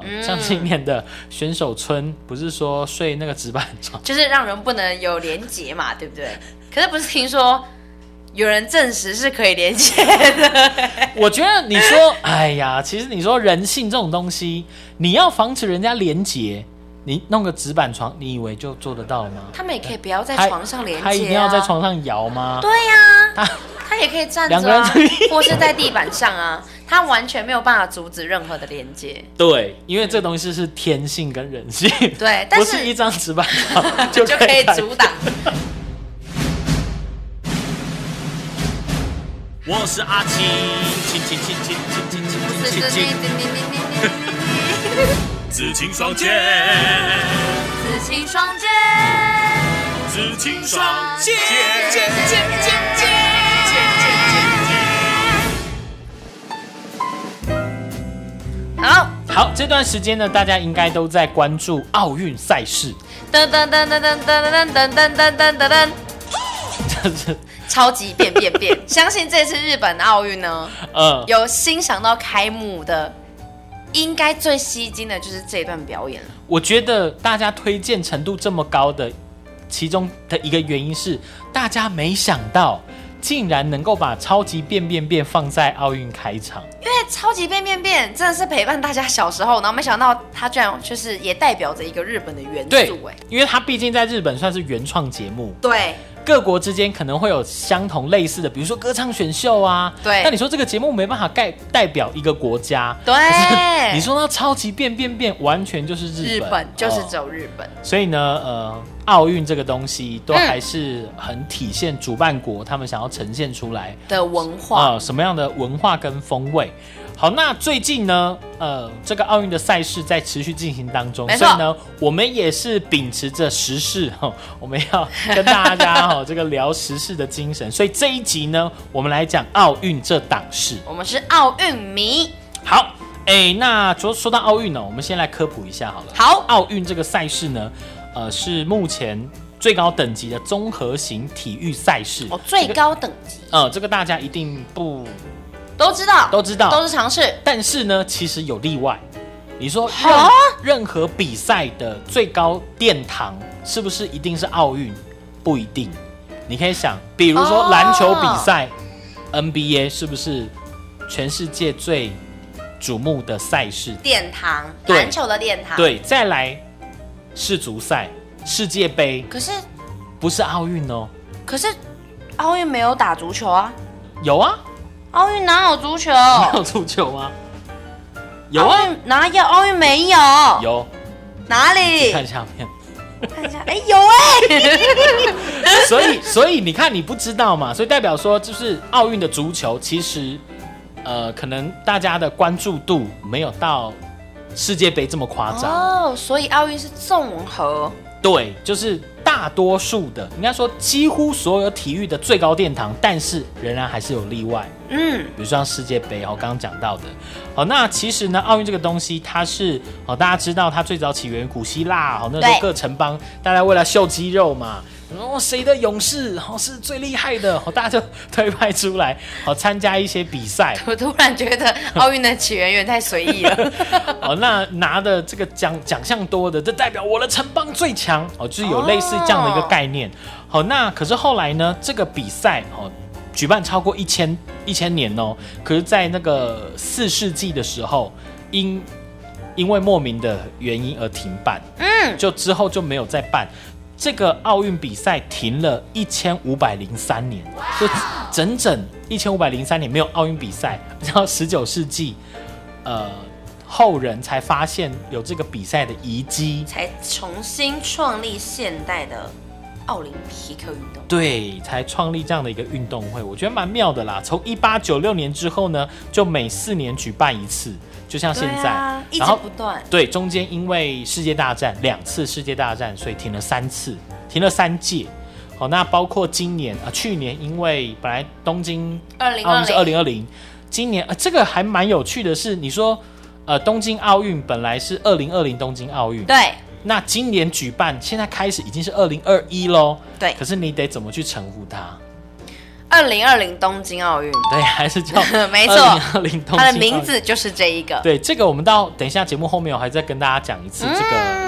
嗯像今年的选手村，不是说睡那个纸板床， 就是让人不能有连结嘛，对不对？可是不是听说有人证实是可以连结的？我觉得你说，哎呀，其实你说人性这种东西，你要防止人家廉洁，你弄个纸板床，你以为就做得到吗？他们也可以不要在床上连接、啊，他一定要在床上摇吗？对呀、他他也可以站两着个人啊在那，边或是在地板上啊，他完全没有办法阻止任何的连接。对，因为这东西是天性跟人性，对，但不是是一张纸板床就 就可可以以阻挡。我是阿青，青青青青青青青青青，紫青双剑，紫青双剑，紫青双剑。好，好，这段时间呢，大家应该都在关注奥运赛事， 噔噔噔噔噔噔噔噔噔噔噔噔噔，就是超级变变变！ 相信这次日本奥运呢，呃，有欣赏到开幕的，应该最吸睛的就是这段表演了。我觉得大家推荐程度这么高的，其中的一个原因是大家没想到，竟然能够把超级变变变放在奥运开场。因为哎超级变变变真的是陪伴大家小时候，然后没想到它居然就是也代表着一个日本的元对素，哎，，因为它毕竟在日本算是原创节目，对，各国之间可能会有相同类似的，比如说歌唱选秀啊。对那你说这个节目没办法代代表一个国家，对可是你说到超级变变变，完全就是日哎日本，本就是哦走日本，所以呢，呃，奥运这个东西都嗯还是很体现主办国他们想要呈现出来的文啊、化，呃什么样的文化跟风味。好，那最近呢，呃，这个奥运的赛事在持续进行当中，没错所以呢，我们也是秉持着时事哈、哦，我们要跟大 家哈、哦、这个聊时事的精神，所以这一集呢，我们来讲奥运这档事。我们是奥运迷。好，哎，那说说到奥运呢，我们先来科普一下好了。好，奥运这个赛事呢，呃，是目前最高等级的综合型体育赛事。哦，最这个高等级呃，这个大家一定不都知道，都知道，都是尝试。但是呢，其实有例外。你说哈任任何比赛的最高殿堂是不是一定是奥运？不一定。你可以想，比如哦说篮球比赛、n b a 是不是全世界最瞩目的赛事？殿堂，对篮球的殿堂。，对，再来世足赛、世界杯，可是不是奥运哦。可是奥运没有打足球啊，有啊，奥运哪有足球？没有足球吗？ 有啊哦奥，运哪有？奥运没有，有。哪里？看下面，看一下，哎、有 哎、所以 所以你看你不知道嘛，所以代表说就是奥运的足球其实，呃，可能大家的关注度没有到世界杯这么夸张。哦，所以奥运是综合，对，就是大多数的，应该说几乎所有体育的最高殿堂，但是仍然还是有例外。嗯， 比如说像世界杯，哦，刚刚讲到的，好，那其实呢，奥运这个东西，它是哦，大家知道它最早起源于古希腊，哦，那时候对各城邦大家为了秀肌肉嘛，哦，谁的勇士哦是最厉害的，哦，大家就推派出来，哦，参加一些比赛，我突然觉得奥运的起源有点太随意 了。哦，那拿的这个奖奖项多的，这代表我的城邦最强哦，就是有类似这样的一个概念。好、那可是后来呢，这个比赛哦，举办超过一千一千年哦，可是，在那个四世纪的时候，因因为莫名的原因而停办，嗯，就之后就没有再办。这个奥运比赛停了一千五百零三年，就整整一千五百零三年没有奥运比赛，然后十九世纪，呃，后人才发现有这个比赛的遗迹，才重新创立现代的奥林匹克运动。对，才创立这样的一个运动会，我觉得蛮妙的啦。从一八九六年之后呢，就每四年举办一次，就像现对在，啊、一直然后不断。对中间因为世界大战两次世界大战，所以停了三次，停了三届。好，那包括今年啊、呃去年因为本来东京二零奥二运是二零，零二零，今年呃这个还蛮有趣的是，你说呃东京奥运本来是二零二零东京奥运，对那今年举办，现在开始已经是二零二一喽。对可是你得怎么去称呼它？二零二零东京奥运，对，还是叫 没错2020东京奥运它的名字就是这一个。 对，这个我们到等一下节目后面，我还再跟大家讲一次这嗯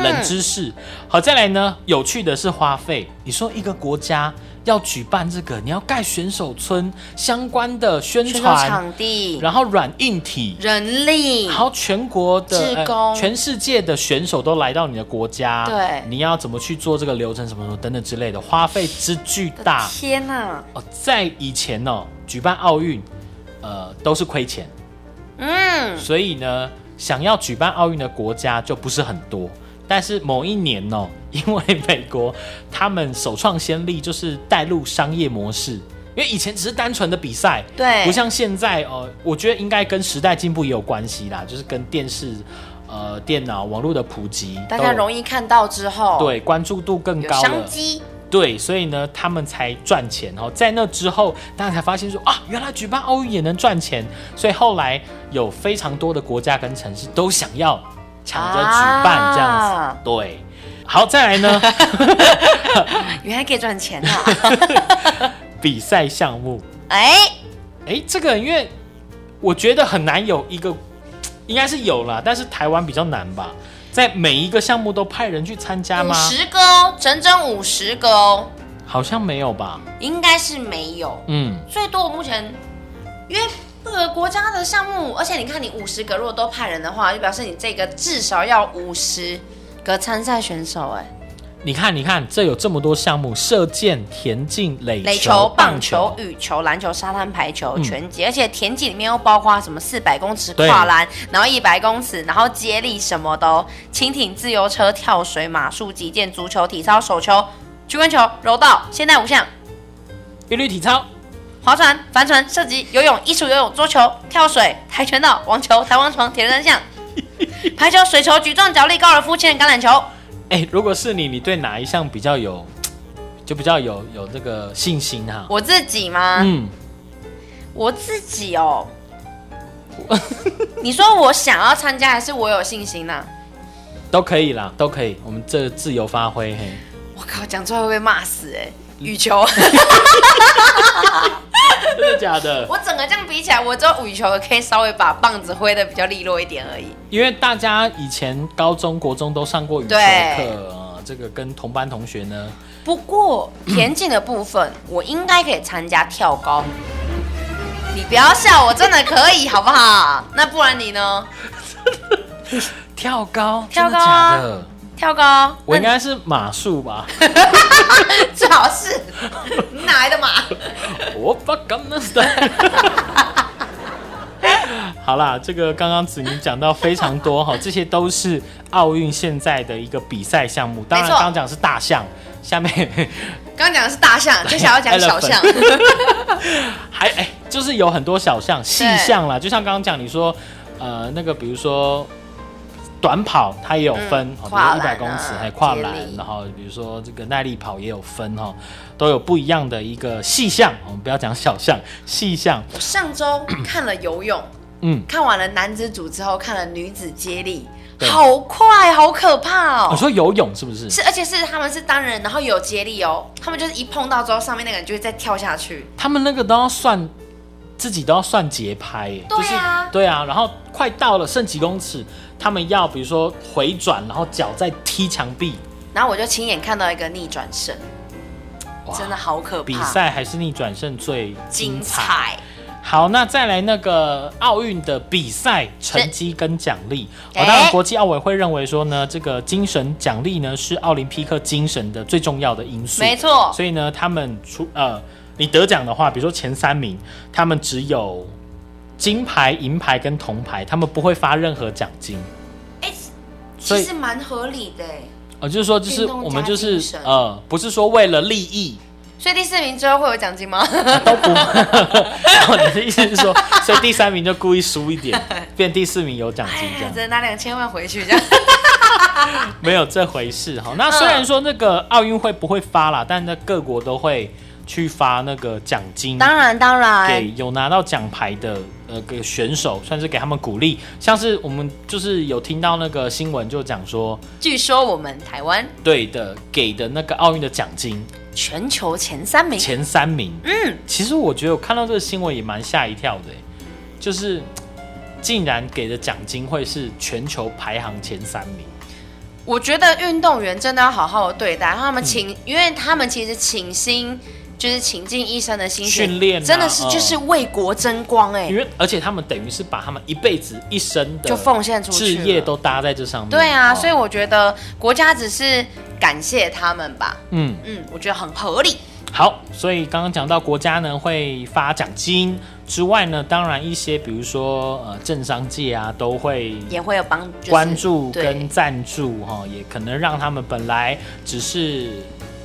个冷知识。好，再来呢，有趣的是花费。你说一个国家要举办这个，你要盖选手村相关的宣选手传，场地、然后软硬体，人力然，后全国的、呃志工全世界的选手都来到你的国家，对你要怎么去做这个流程，什么什么等等之类的，花费之巨大天哪，哦。在以前哦，举办奥运，呃，都是亏钱。嗯，所以呢，想要举办奥运的国家就不是很多。但是某一年哦， 因为美国他们首创先例，就是带入商业模式。因为以前只是单纯的比赛，对不像现在哦、呃我觉得应该跟时代进步也有关系啦，就是跟电视、呃电脑、网络的普及，大家容易易看到之后，，对关注度更有高商了，机，对，所以呢，他们才赚钱哦。在那之后，大家才发现说啊，原来举办奥运也能赚钱，所以后来有非常多的国家跟城市都想要抢着举办这样子。啊对，好，再来呢，原来可以赚钱呐！ 比赛项目，哎，哎，这个因为我觉得很难有一个，应该是有啦，但是台湾比较难吧。在每一个项目都派人去参加五吗？十个哦，整整五十个哦，好像没有吧。应该是没有，嗯，最多我目前，因为各个国家的项目，而且你看你五十个，如果都派人的话，就表示你这个至少要五十个参赛选手、哎，你看，你看，这有这么多项目：射箭、田径、垒垒球、棒球、羽球、篮球、沙滩排球、拳击，而且田径里面又包括什么四百公尺对跨栏，然后一百公尺，然后接力什么的哦，轻艇、自由车、跳水、马术、击剑、足球、体操、手球、曲棍球、柔道、现代五项。韵律体操。划船、帆船、射击、游泳、艺术游泳、桌球、跳水、跆拳道、网球、弹簧床、铁人三项、排球、水球、举重、脚力、高尔夫、千人橄榄球。哎、如果是你，你对哪一项比较有，就比较有有这个信心哈、我自己吗？嗯，我自己哦。 你说我想要参加，还是我有信心啊呢、都可以啦，都可以，我们这自由发挥。嘿，我靠，讲出来会被骂死哎、羽球， 真的假的？我整个这样比起来，我只有羽球可以稍微把棒子挥的比较利落一点而已。因为大家以前高中、国中都上过羽球课对啊、这个跟同班同学呢，不过田径的部分，我应该可以参加跳高。你不要笑，我真的可以，好不好？那不然你呢？跳高，跳高真的假啊的？跳高，我应该是马术吧？那你最好是你哪来的马？我不敢那是。 好啦，这个刚刚子宁讲到非常多哈，这些都是奥运现在的一个比赛项目。当然，没错刚刚讲是大象，下面刚刚讲的是大象，接下来要讲小象。还 哎、就是有很多小项、细项啦。就像刚刚讲，你说呃那个，比如说短跑，它也有分，嗯哦跨比如一栏百啊公尺，还跨栏接力，然后比如说这个耐力跑也有分哈，都有不一样的一个细项。我们不要讲小项，细项，我 上周看了游泳，嗯。看完了男子组之后，看了女子接力，对好快，好可怕我哦！说游泳是不是？是，而且是他们是单人，然后有接力哦。他们就是一碰到之后，上面那个人就会再跳下去。他们那个都要算，自己都要算节拍耶，对就啊是对啊，然后快到了剩几公尺，他们要比如说回转，然后脚再踢墙壁，然后我就亲眼看到一个逆转胜，哇真的好可怕。比赛还是逆转胜最精精彩。彩，好，那再来那个奥运的比赛成绩跟奖励。是好、当然哎国际奥委会认为说呢，这个精神奖励呢是奥林匹克精神的最重要的因素。没错。所以呢，他们出呃，你得奖的话，比如说前三名，他们只有金牌、银牌跟铜牌，他们不会发任何奖金。哎、所以其实蛮合理的欸。呃，就是说，就是运动家我们就精是神呃，不是说为了利益 所以第四名之后会有奖金吗？都不。哦你的意思是说，所以第三名就故意输一点，变第四名有奖哎金这呀，样？ 只能拿两千万回去这 样。没有这回事哈。嗯那虽然说那个奥运会不会发啦，但那各国都会去发那个奖金啊当然当然，给有拿到奖牌的呃给选手，算是给他们鼓励。像是我们就是有听到那个新闻就讲说，据说我们台湾对的给的那个奥运的奖金全球前三名，前三名，嗯，其实我觉得我看到这个新闻也蛮吓一跳的欸，就是竟然给的奖金会是全球排行前三名。我觉得运动员真的要好好地对待他们请，嗯因为他们其实请薪就是请进一生的心血训练啊真的是嗯就是为国争光哎、因为而且他们等于是把他们一辈子一生的就奉献出置去业了都搭在这上面。对啊，哦所以我觉得国家只是感谢他们吧，嗯嗯，我觉得很合理。好，所以刚刚讲到国家呢会发奖金之外呢，当然一些比如说呃政商界啊都会。也会有帮、就是关注对跟赞助哈、哦，也可能让他们本来只是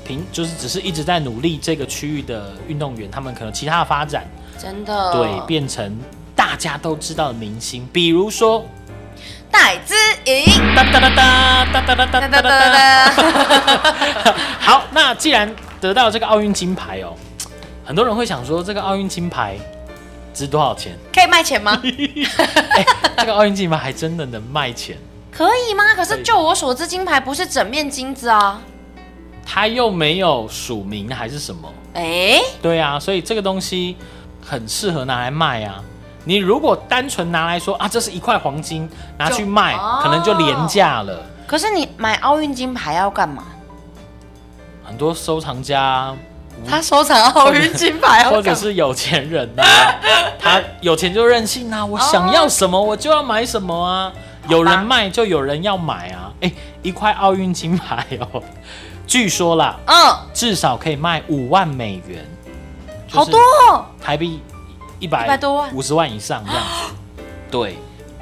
平，就是只是一直在努力这个区域的运动员，他们可能其他的发展，真的对，变成大家都知道的明星，比如说戴资颖，哒哒哒哒哒哒哒哒哒哒哒哒哒 哒哒，好，那既然得到这个奥运金牌哦，很多人会想说，这个奥运金牌值多少钱？可以卖 钱吗？哎、这个奥运金牌还真的能卖钱，可以吗？可可是以就我所知，金牌不是整面金子啊。它又没有署名还是什么？哎、对啊，所以这个东西很适合拿来卖啊。你如果单纯拿来说啊，这是一块黄金，拿去就卖，哦可能就廉价了。可是你买奥运金牌要干嘛？很多收藏家他收藏奥运金牌要干嘛或者是有钱人 呐、他有钱就任性啊，我想要什哦么我就要买什么啊，有人卖就有人要买啊。哎、一块奥运金牌哦， 据说啦，嗯，至少可以卖五万美元，好多、哦，台币一百100多万五十万以上这样 子。对，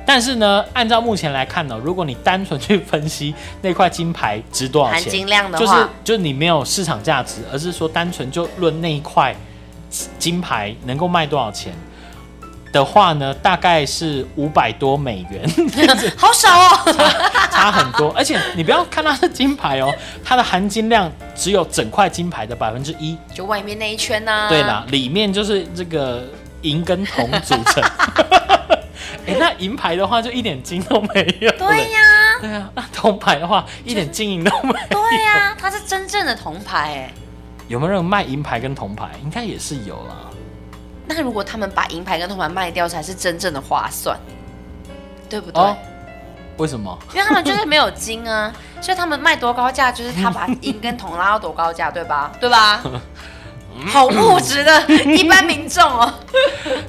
但是呢，按照目前来看呢、如果你单纯去分析那块金牌值多少钱，含金量的就话，是就是你没有市场价值，而是说单纯就论那一块金牌能够卖多少钱的话呢，大概是五百多美元， 好少哦。差很多。而且你不要看它是金牌哦，它的含金量只有整块金牌的百分之一。 就外面那一圈啊呐、对啦，，里面就是这个银跟铜组成。 哎、那银牌的话就一点金都没有了。对呀、对啊，那铜牌的话一点金银都没有。对呀、它是真正的铜牌哎、有没有人卖银牌跟铜牌？应该也是有啦。那如果他们把银牌跟铜牌卖掉，才是真正的划算，对不对？哦，为什么？因为他们就是没有金啊， 所以他们卖多高价，就是他把银跟铜拉到多高价，对吧？对 吧？好物质的 一般民众哦，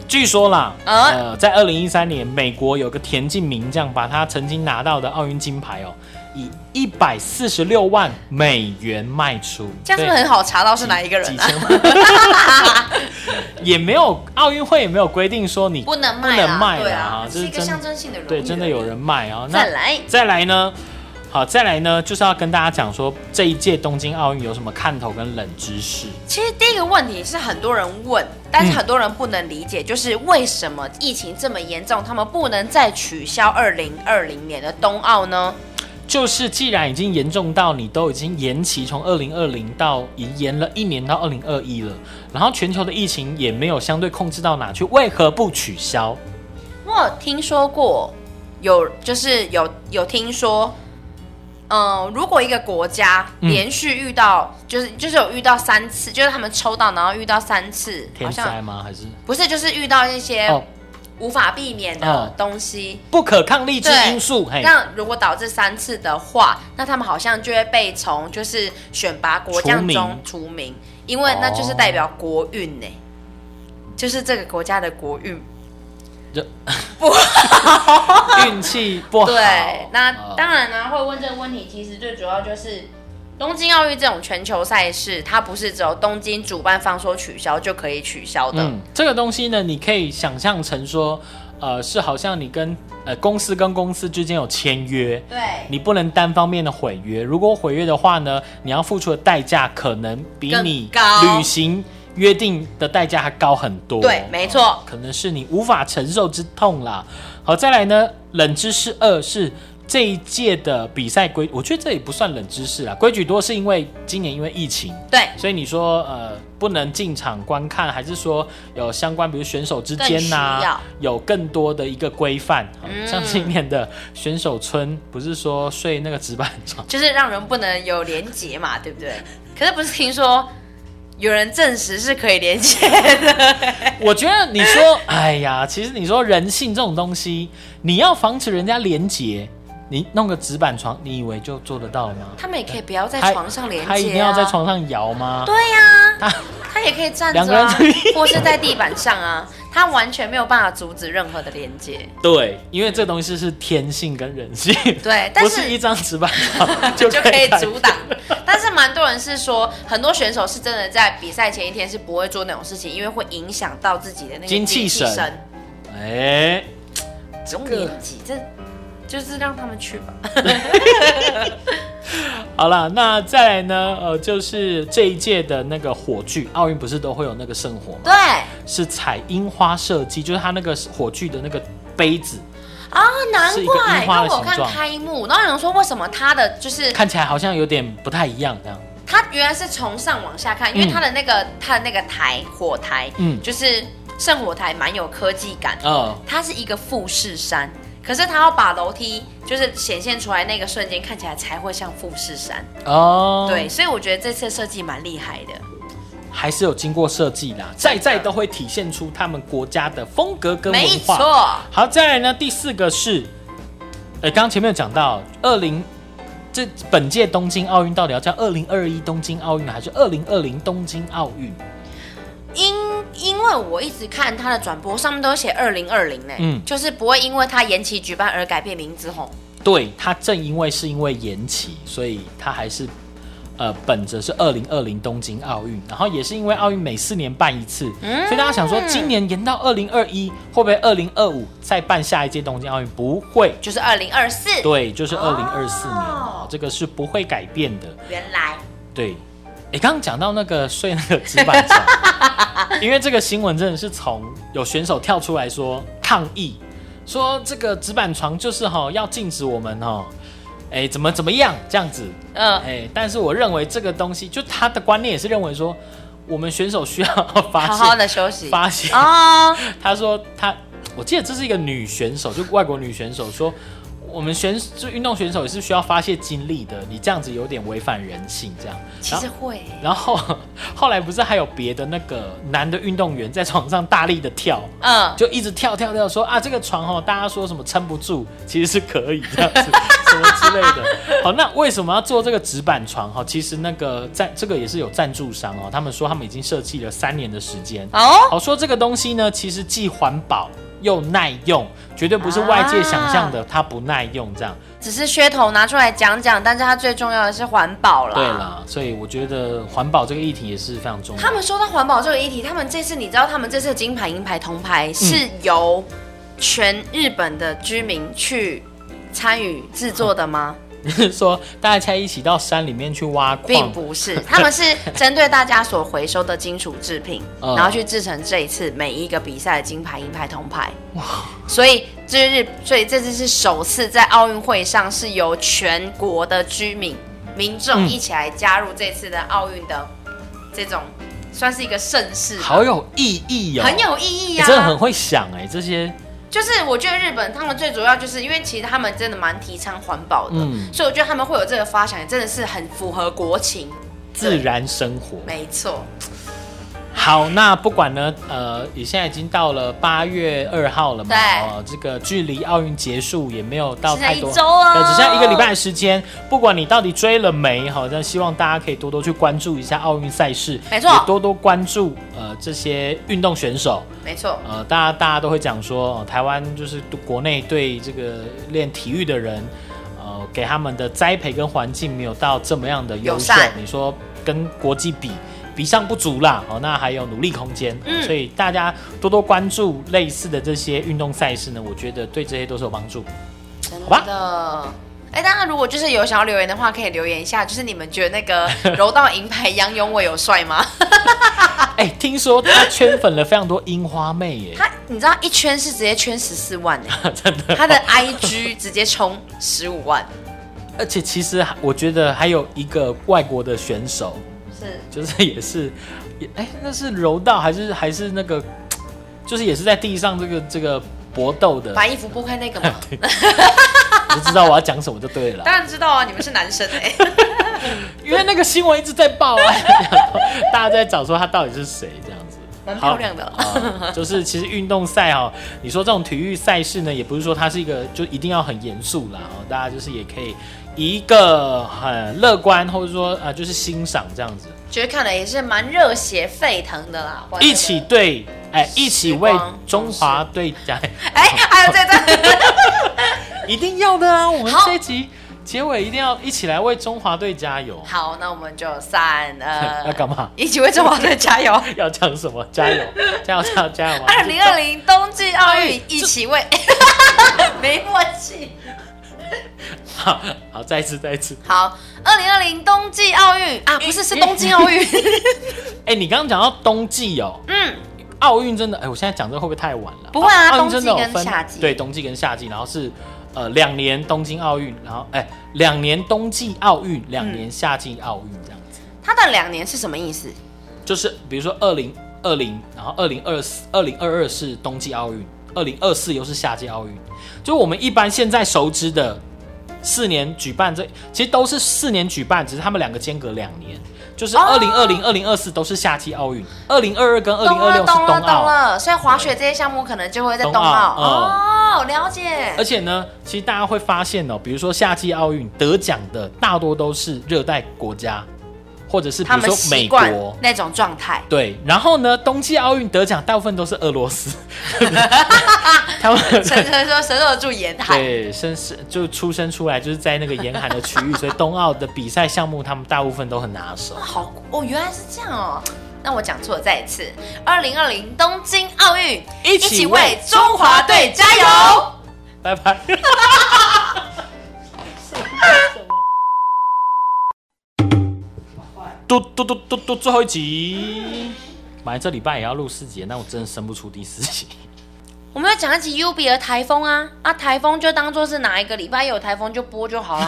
据说啦，啊呃，在二零一三年，美国有个田径名将把他曾经拿到的奥运金牌哦，以一百四十六万美元卖出，这样是不对是很好查到是哪一个几人啊？千万， 也没有奥运会也没有规定说你不能卖不啦，能卖对啦啊啊，这是一这个是真象征性的荣誉。对，真的有。人卖啊、那再来，再来呢？好，再来呢，就是要跟大家讲说这一届东京奥运有什么看头跟冷知识。其实第一个问题是很多人问，但是很多人不能理解，就是为什么疫情这么严重，他们不能再取消二零二零年的冬奥呢？就是既然已经严重到你都已经延期从二零二零到已延了一年到二零二一了，然后全球的疫情也没有相对控制到哪去，为何不取消？我有听说过，有就是有有听说，嗯、如果一个国家嗯连续遇到，就是就是有遇到三次，就是他们抽到然后遇到三次，好天像灾吗？还是不是就是遇到一些哦无法避免的哦东西，不可抗力之对因素？嘿，那如果导致三次的话，那他们好像就会被从就是选拔国将中除名，因为那就是代表国运呢、就是这个国家的国运。就运气不好。对，那哦当然呢、会问这个问题，其实最主要就是东京奥运这种全球赛事，它不是只有东京主办方说取消就可以取消的。嗯，这个东西呢，你可以想象成说，呃，是好像你跟呃公司跟公司之间有签约，对，你不能单方面的毁约。如果毁约的话呢，你要付出的代价可能比更你高履行约定的代价还高很多。对没错哦可能是你无法承受之痛啦。好，再来呢，冷知识二是这一届的比赛规，我觉得这也不算冷知识啦。规矩多是因为今年因为疫情，对，所以你说呃不能进场观看，还是说有相关，比如选手之间呐、更需要嗯有更多的一个规范、好像今年的选手村不是说睡那个值班 床，就是让人不能有连结嘛，对 不对？可是不是听说有人证实是可以连结的？我觉得你说哎呀，其实你说人性这种东西，你要防止人家连结，你弄个纸板床，你以为就做得到了吗？他们也可以不要在他床上连接、啊，他一定要在床上摇吗？对呀、他他也可以站两着个人啊在那边，或是在地板上啊，他完全没有办法阻止任何的连接。对，因为这东西是天性跟人性，对，但不是是一张纸板床就 就可以看阻挡。但是蛮多人是说，很多选手是真的在比赛前一天是不会做那种事情，因为会影响到自己的那个精气精神哎，这种年纪，这就是让他们去吧。好了，那再来呢？呃，就是这一届的那个火炬，奥运不是都会有那个圣火吗？对啊，是采樱花设计，就是它那个火炬的那个杯子，难是一个怪樱花让的我形看状开幕，然后有人说为什么他的就是看起来好像有点不太一样，这样。他原来是从上往下看，因为嗯他的那个他的那个台火台，嗯就是圣火台蛮有科技感的呃，它是一个富士山，可是它要把楼梯就是显现出来那个瞬间，看起来才会像富士山。哦，对，，所以我觉得这次设计蛮厉害的，还是有经过设计啦，在在都会体现出他们国家的风格跟文没化。错，好，再来呢，第四个是，呃，刚刚前面有讲到，二零这本届东京奥运到底要叫二零二一东京奥运，还是二零二零东京奥运？因因为我一直看它的转播，上面都写二零二零呢，嗯就是不会因为它延期举办而改变名字吼。对，它正因为是因为延期，所以它还是呃本着是二零二零东京奥运，然后也是因为奥运每四年办一次，所以大家想说今年延到二零二一，会不会二零二五再办下一届东京奥运？不会，就是二零二四。对，就是二零二四年哦哦，这个是不会改变的。原来对，你刚刚讲到那个睡那个纸板床， 因为这个新闻真的是从有选手跳出来说抗议，说这个纸板床就是哈、要禁止我们哈、哎怎么怎么样这样子，嗯，哎，但是我认为这个东西就他的观念也是认为说我们选手需要发泄，好好的休息。发泄哦，他说他，我记得这是一个女选手，就外国女选手说，我们选就运动选手也是需要发泄精力的，你这样子有点违反人性这样。其然实后会，然后后来不是还有别的那个男的运动员在床上大力的跳，嗯，就一直跳跳跳说啊这个床哦，大家说什么撑不住，其实是可以这样子。 什么之类的，好，那为什么要做这个纸板床？哈，其实那个赞这个也是有赞助商哦，他们说他们已经设计了三年的时间，哦，好说这个东西呢，其实既环保又耐用，绝对不是外界想象的它不耐用这样。只是噱头拿出来讲讲，但是它最重要的是环保啦。对啦，所以我觉得环保这个议题也是非常重要他。们说到环保这个议题，他们这次你知道，他们这次的金牌、银牌、铜嗯牌是由全日本的居民去参与制作的吗？你是 说大家一起到山里面去挖并矿？不是，他们是针对大家所回收的金属制品， 嗯然后去制成这一次每一个比赛的金牌、银牌、铜牌。哇！所以这日，所以这次是首次在奥运会上是由全国的居民、民众嗯一起来加入这次的奥运的这种，算是一个盛事吧，好有意义哦，啊很有意义你啊呀、真的很会想哎，这些就是我觉得日本他们最主要就是因为其实他们真的蛮提倡环保的，嗯所以我觉得他们会有这个发想，也真的是很符合国情。自然生活。没错，好，那不管呢，呃，也现在已经到了八月二号了嘛，对哦，这个距离奥运结束也没有到现在太一多，周哦对，只剩下一个礼拜的时间。不管你到底追了没，好，但希望大家可以多多去关注一下奥运赛事，没错也多多关注呃这些运动选手。没错，呃，大家大家都会讲说，呃、台湾就是国内对这个练体育的人，呃，给他们的栽培跟环境没有到这么样的优友秀善。你说跟国际比，比上不足啦，哦，那还有努力空间、哦嗯所以大家多多关注类似的这些运动赛事呢，我觉得对这些都是有帮助。真好吧的。哎、哎，大家如果就是有想要留言的话，可以留言一下，就是你们觉得 那个柔道银牌杨永伟有帅吗？哎、听说他圈粉了非常多樱花妹耶， 他你知道一圈是直接圈十四万哎、他的 IG 直接冲十五万，而且其实还我觉得还有一个外国的选手，是就是 也是，也哎、那是柔道还是还是那个，就是也是在地上这个这个搏斗的，把衣服拨开那 个吗？你就知道我要讲什么就对 了啦当。然知道啊，你们是男生 哎、因为那个新闻一直在报啊， 大家在找说他到底是谁这样子。蛮漂亮的好好就是其实运动赛哦，你说这种体育赛事呢，也不是说它是一个就一定要很严肃啦哦，大家就是也可以以一个很乐观或者说啊、呃就是欣赏这样子，觉得看了也是蛮热血沸腾的啦，哇一起对哎、一起为哦时光中华队加，哎、还有 这段一定要的啊！我们好这一集结尾一定要一起来为中华队加油。好，那我们就三要 呃，干嘛？一起为中华队加油！要讲什么？加 油！加油！加油！加油！二零二零冬季奥运一起 为，没默契。好好，再一次，再一次。好，二零二零冬季奥运嗯啊，不是是东 京奥运，哎、你刚刚讲到冬季哦，嗯，奥运真的，哎、我现在讲这会不会太晚了？不会啊奥运冬季真的有跟分夏季对，冬季跟夏季，然后是呃两年东京奥运，然后哎两、年冬季奥运，两年夏季奥运这样子，它的两年是什么意思？就是比如说二零二零，然后二零二四、二零二二是冬季奥运，二零二四又是夏季奥运，就我们一般现在熟知的四年举办这，其实都是四年举办，只是他们两个间隔两年。就是哦二零二零、二零二四都是夏季奥运，二零二二跟二零懂二了，六是懂冬了，懂奥。了。所以滑雪这些项目可能就会在冬冬奥奥嗯哦，了解而。且呢，其实大家会发现哦，比如说夏季奥运得奖的大多都是热带国家，或者是比他如们说习美惯国。那种状态，对，然后呢，冬季奥运得奖大部分都是俄罗斯， 他们 神神说神守住沿海，对生是就出生出来就是在那个严寒的区域，所以冬奥的比赛项目他们大部分都很拿手。好哦，原来是这样哦。那我讲错了，再一次，二零二零东京奥运，一一起起为中华队加油！拜拜。嘟嘟嘟嘟嘟，最后一集。本来这礼拜也要录四集，那我真的生不出第四集。 我们要讲一集 U B 的台风啊，啊，台风就当做是哪一个礼拜有台风就播就好了，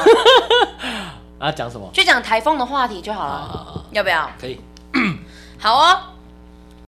啊，讲什么？就讲台风的话题就好了，啊，要不要？可以。好哦，